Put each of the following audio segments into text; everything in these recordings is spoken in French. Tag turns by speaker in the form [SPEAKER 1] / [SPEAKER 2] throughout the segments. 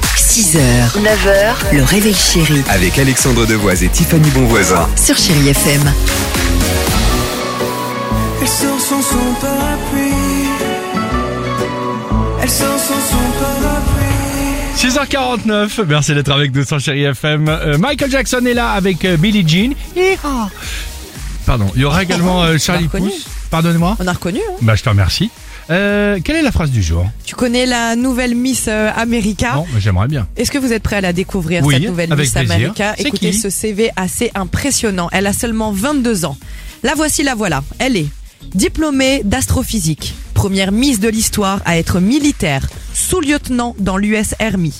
[SPEAKER 1] 6h, 9h, le réveil chéri
[SPEAKER 2] Avec Alexandre Devoise et Tiffany Bonvoisin.
[SPEAKER 1] sur Chéri FM.
[SPEAKER 3] Elle sort sans son parapluie. Elle sort sans son parapluie.
[SPEAKER 4] 6h49, merci d'être avec nous sur Chéri FM. Euh, Michael Jackson est là avec euh, Billie Jean. Hi-ha. Pardon, il y aura également euh, Charlie
[SPEAKER 5] reconnu.
[SPEAKER 4] Pouce. Pardonnez-moi.
[SPEAKER 5] On a reconnu. hein.
[SPEAKER 4] Bah, je te remercie. Euh, quelle est la phrase du jour
[SPEAKER 5] Tu connais la nouvelle Miss euh, America.
[SPEAKER 4] Non, mais j'aimerais bien.
[SPEAKER 5] Est-ce que vous êtes prêt à la découvrir,
[SPEAKER 4] Oui,
[SPEAKER 5] cette nouvelle
[SPEAKER 4] avec
[SPEAKER 5] Miss
[SPEAKER 4] plaisir.
[SPEAKER 5] America
[SPEAKER 4] C'est
[SPEAKER 5] Écoutez
[SPEAKER 4] qui Ah,
[SPEAKER 5] ce CV assez impressionnant. Elle a seulement 22 ans. La voici, la voilà. Elle est diplômée d'astrophysique, première Miss de l'histoire à être militaire, sous-lieutenant dans l'US Army.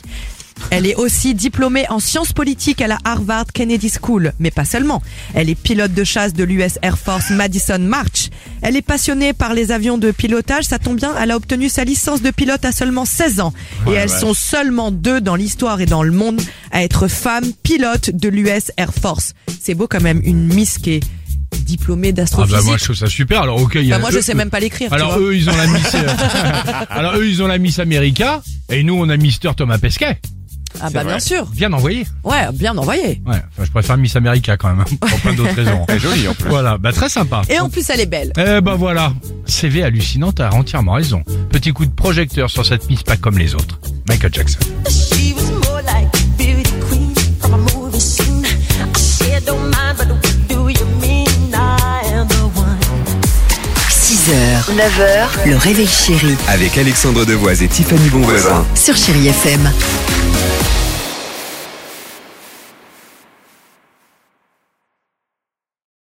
[SPEAKER 5] Elle est aussi diplômée en sciences politiques à la Harvard Kennedy School, mais pas seulement. Elle est pilote de chasse de l'US Air Force Madison March. Elle est passionnée par les avions de pilotage, ça tombe bien, elle a obtenu sa licence de pilote à seulement 16 ans. et elles sont seulement deux dans l'histoire et dans le monde à être femmes pilotes de l'US Air Force. C'est beau quand même, une Miss qui est diplômée
[SPEAKER 4] Ah
[SPEAKER 5] d'astrophysique.
[SPEAKER 4] bah moi je trouve ça super. Alors ok, il y a-
[SPEAKER 5] Bah, moi, je
[SPEAKER 4] eux-
[SPEAKER 5] sais même pas l'écrire. tu
[SPEAKER 4] Alors
[SPEAKER 5] vois.
[SPEAKER 4] eux ils ont la Miss euh, Alors eux ils ont la Miss America et nous on a Mister Thomas Pesquet.
[SPEAKER 5] ah bah bien sûr.
[SPEAKER 4] Bien envoyé.
[SPEAKER 5] Ouais, bien envoyé.
[SPEAKER 4] Ouais, enfin, je préfère Miss America quand même hein, pour plein d'autres raisons.
[SPEAKER 2] joli Ah en plus.
[SPEAKER 4] Voilà, bah très sympa.
[SPEAKER 5] Et en plus, elle est belle.
[SPEAKER 4] Eh ben voilà, CV hallucinant, t'as entièrement raison. Petit coup de projecteur sur cette mise pas comme les autres. Michael Jackson.
[SPEAKER 6] She was more like a beauty queen from a movie scene. I said, don't mind, but what do you mean? I am the one.
[SPEAKER 1] 6h, 9h, le réveil chéri
[SPEAKER 2] Avec Alexandre Devoise et Tiffany Bonvoisin.
[SPEAKER 1] sur Chéri FM.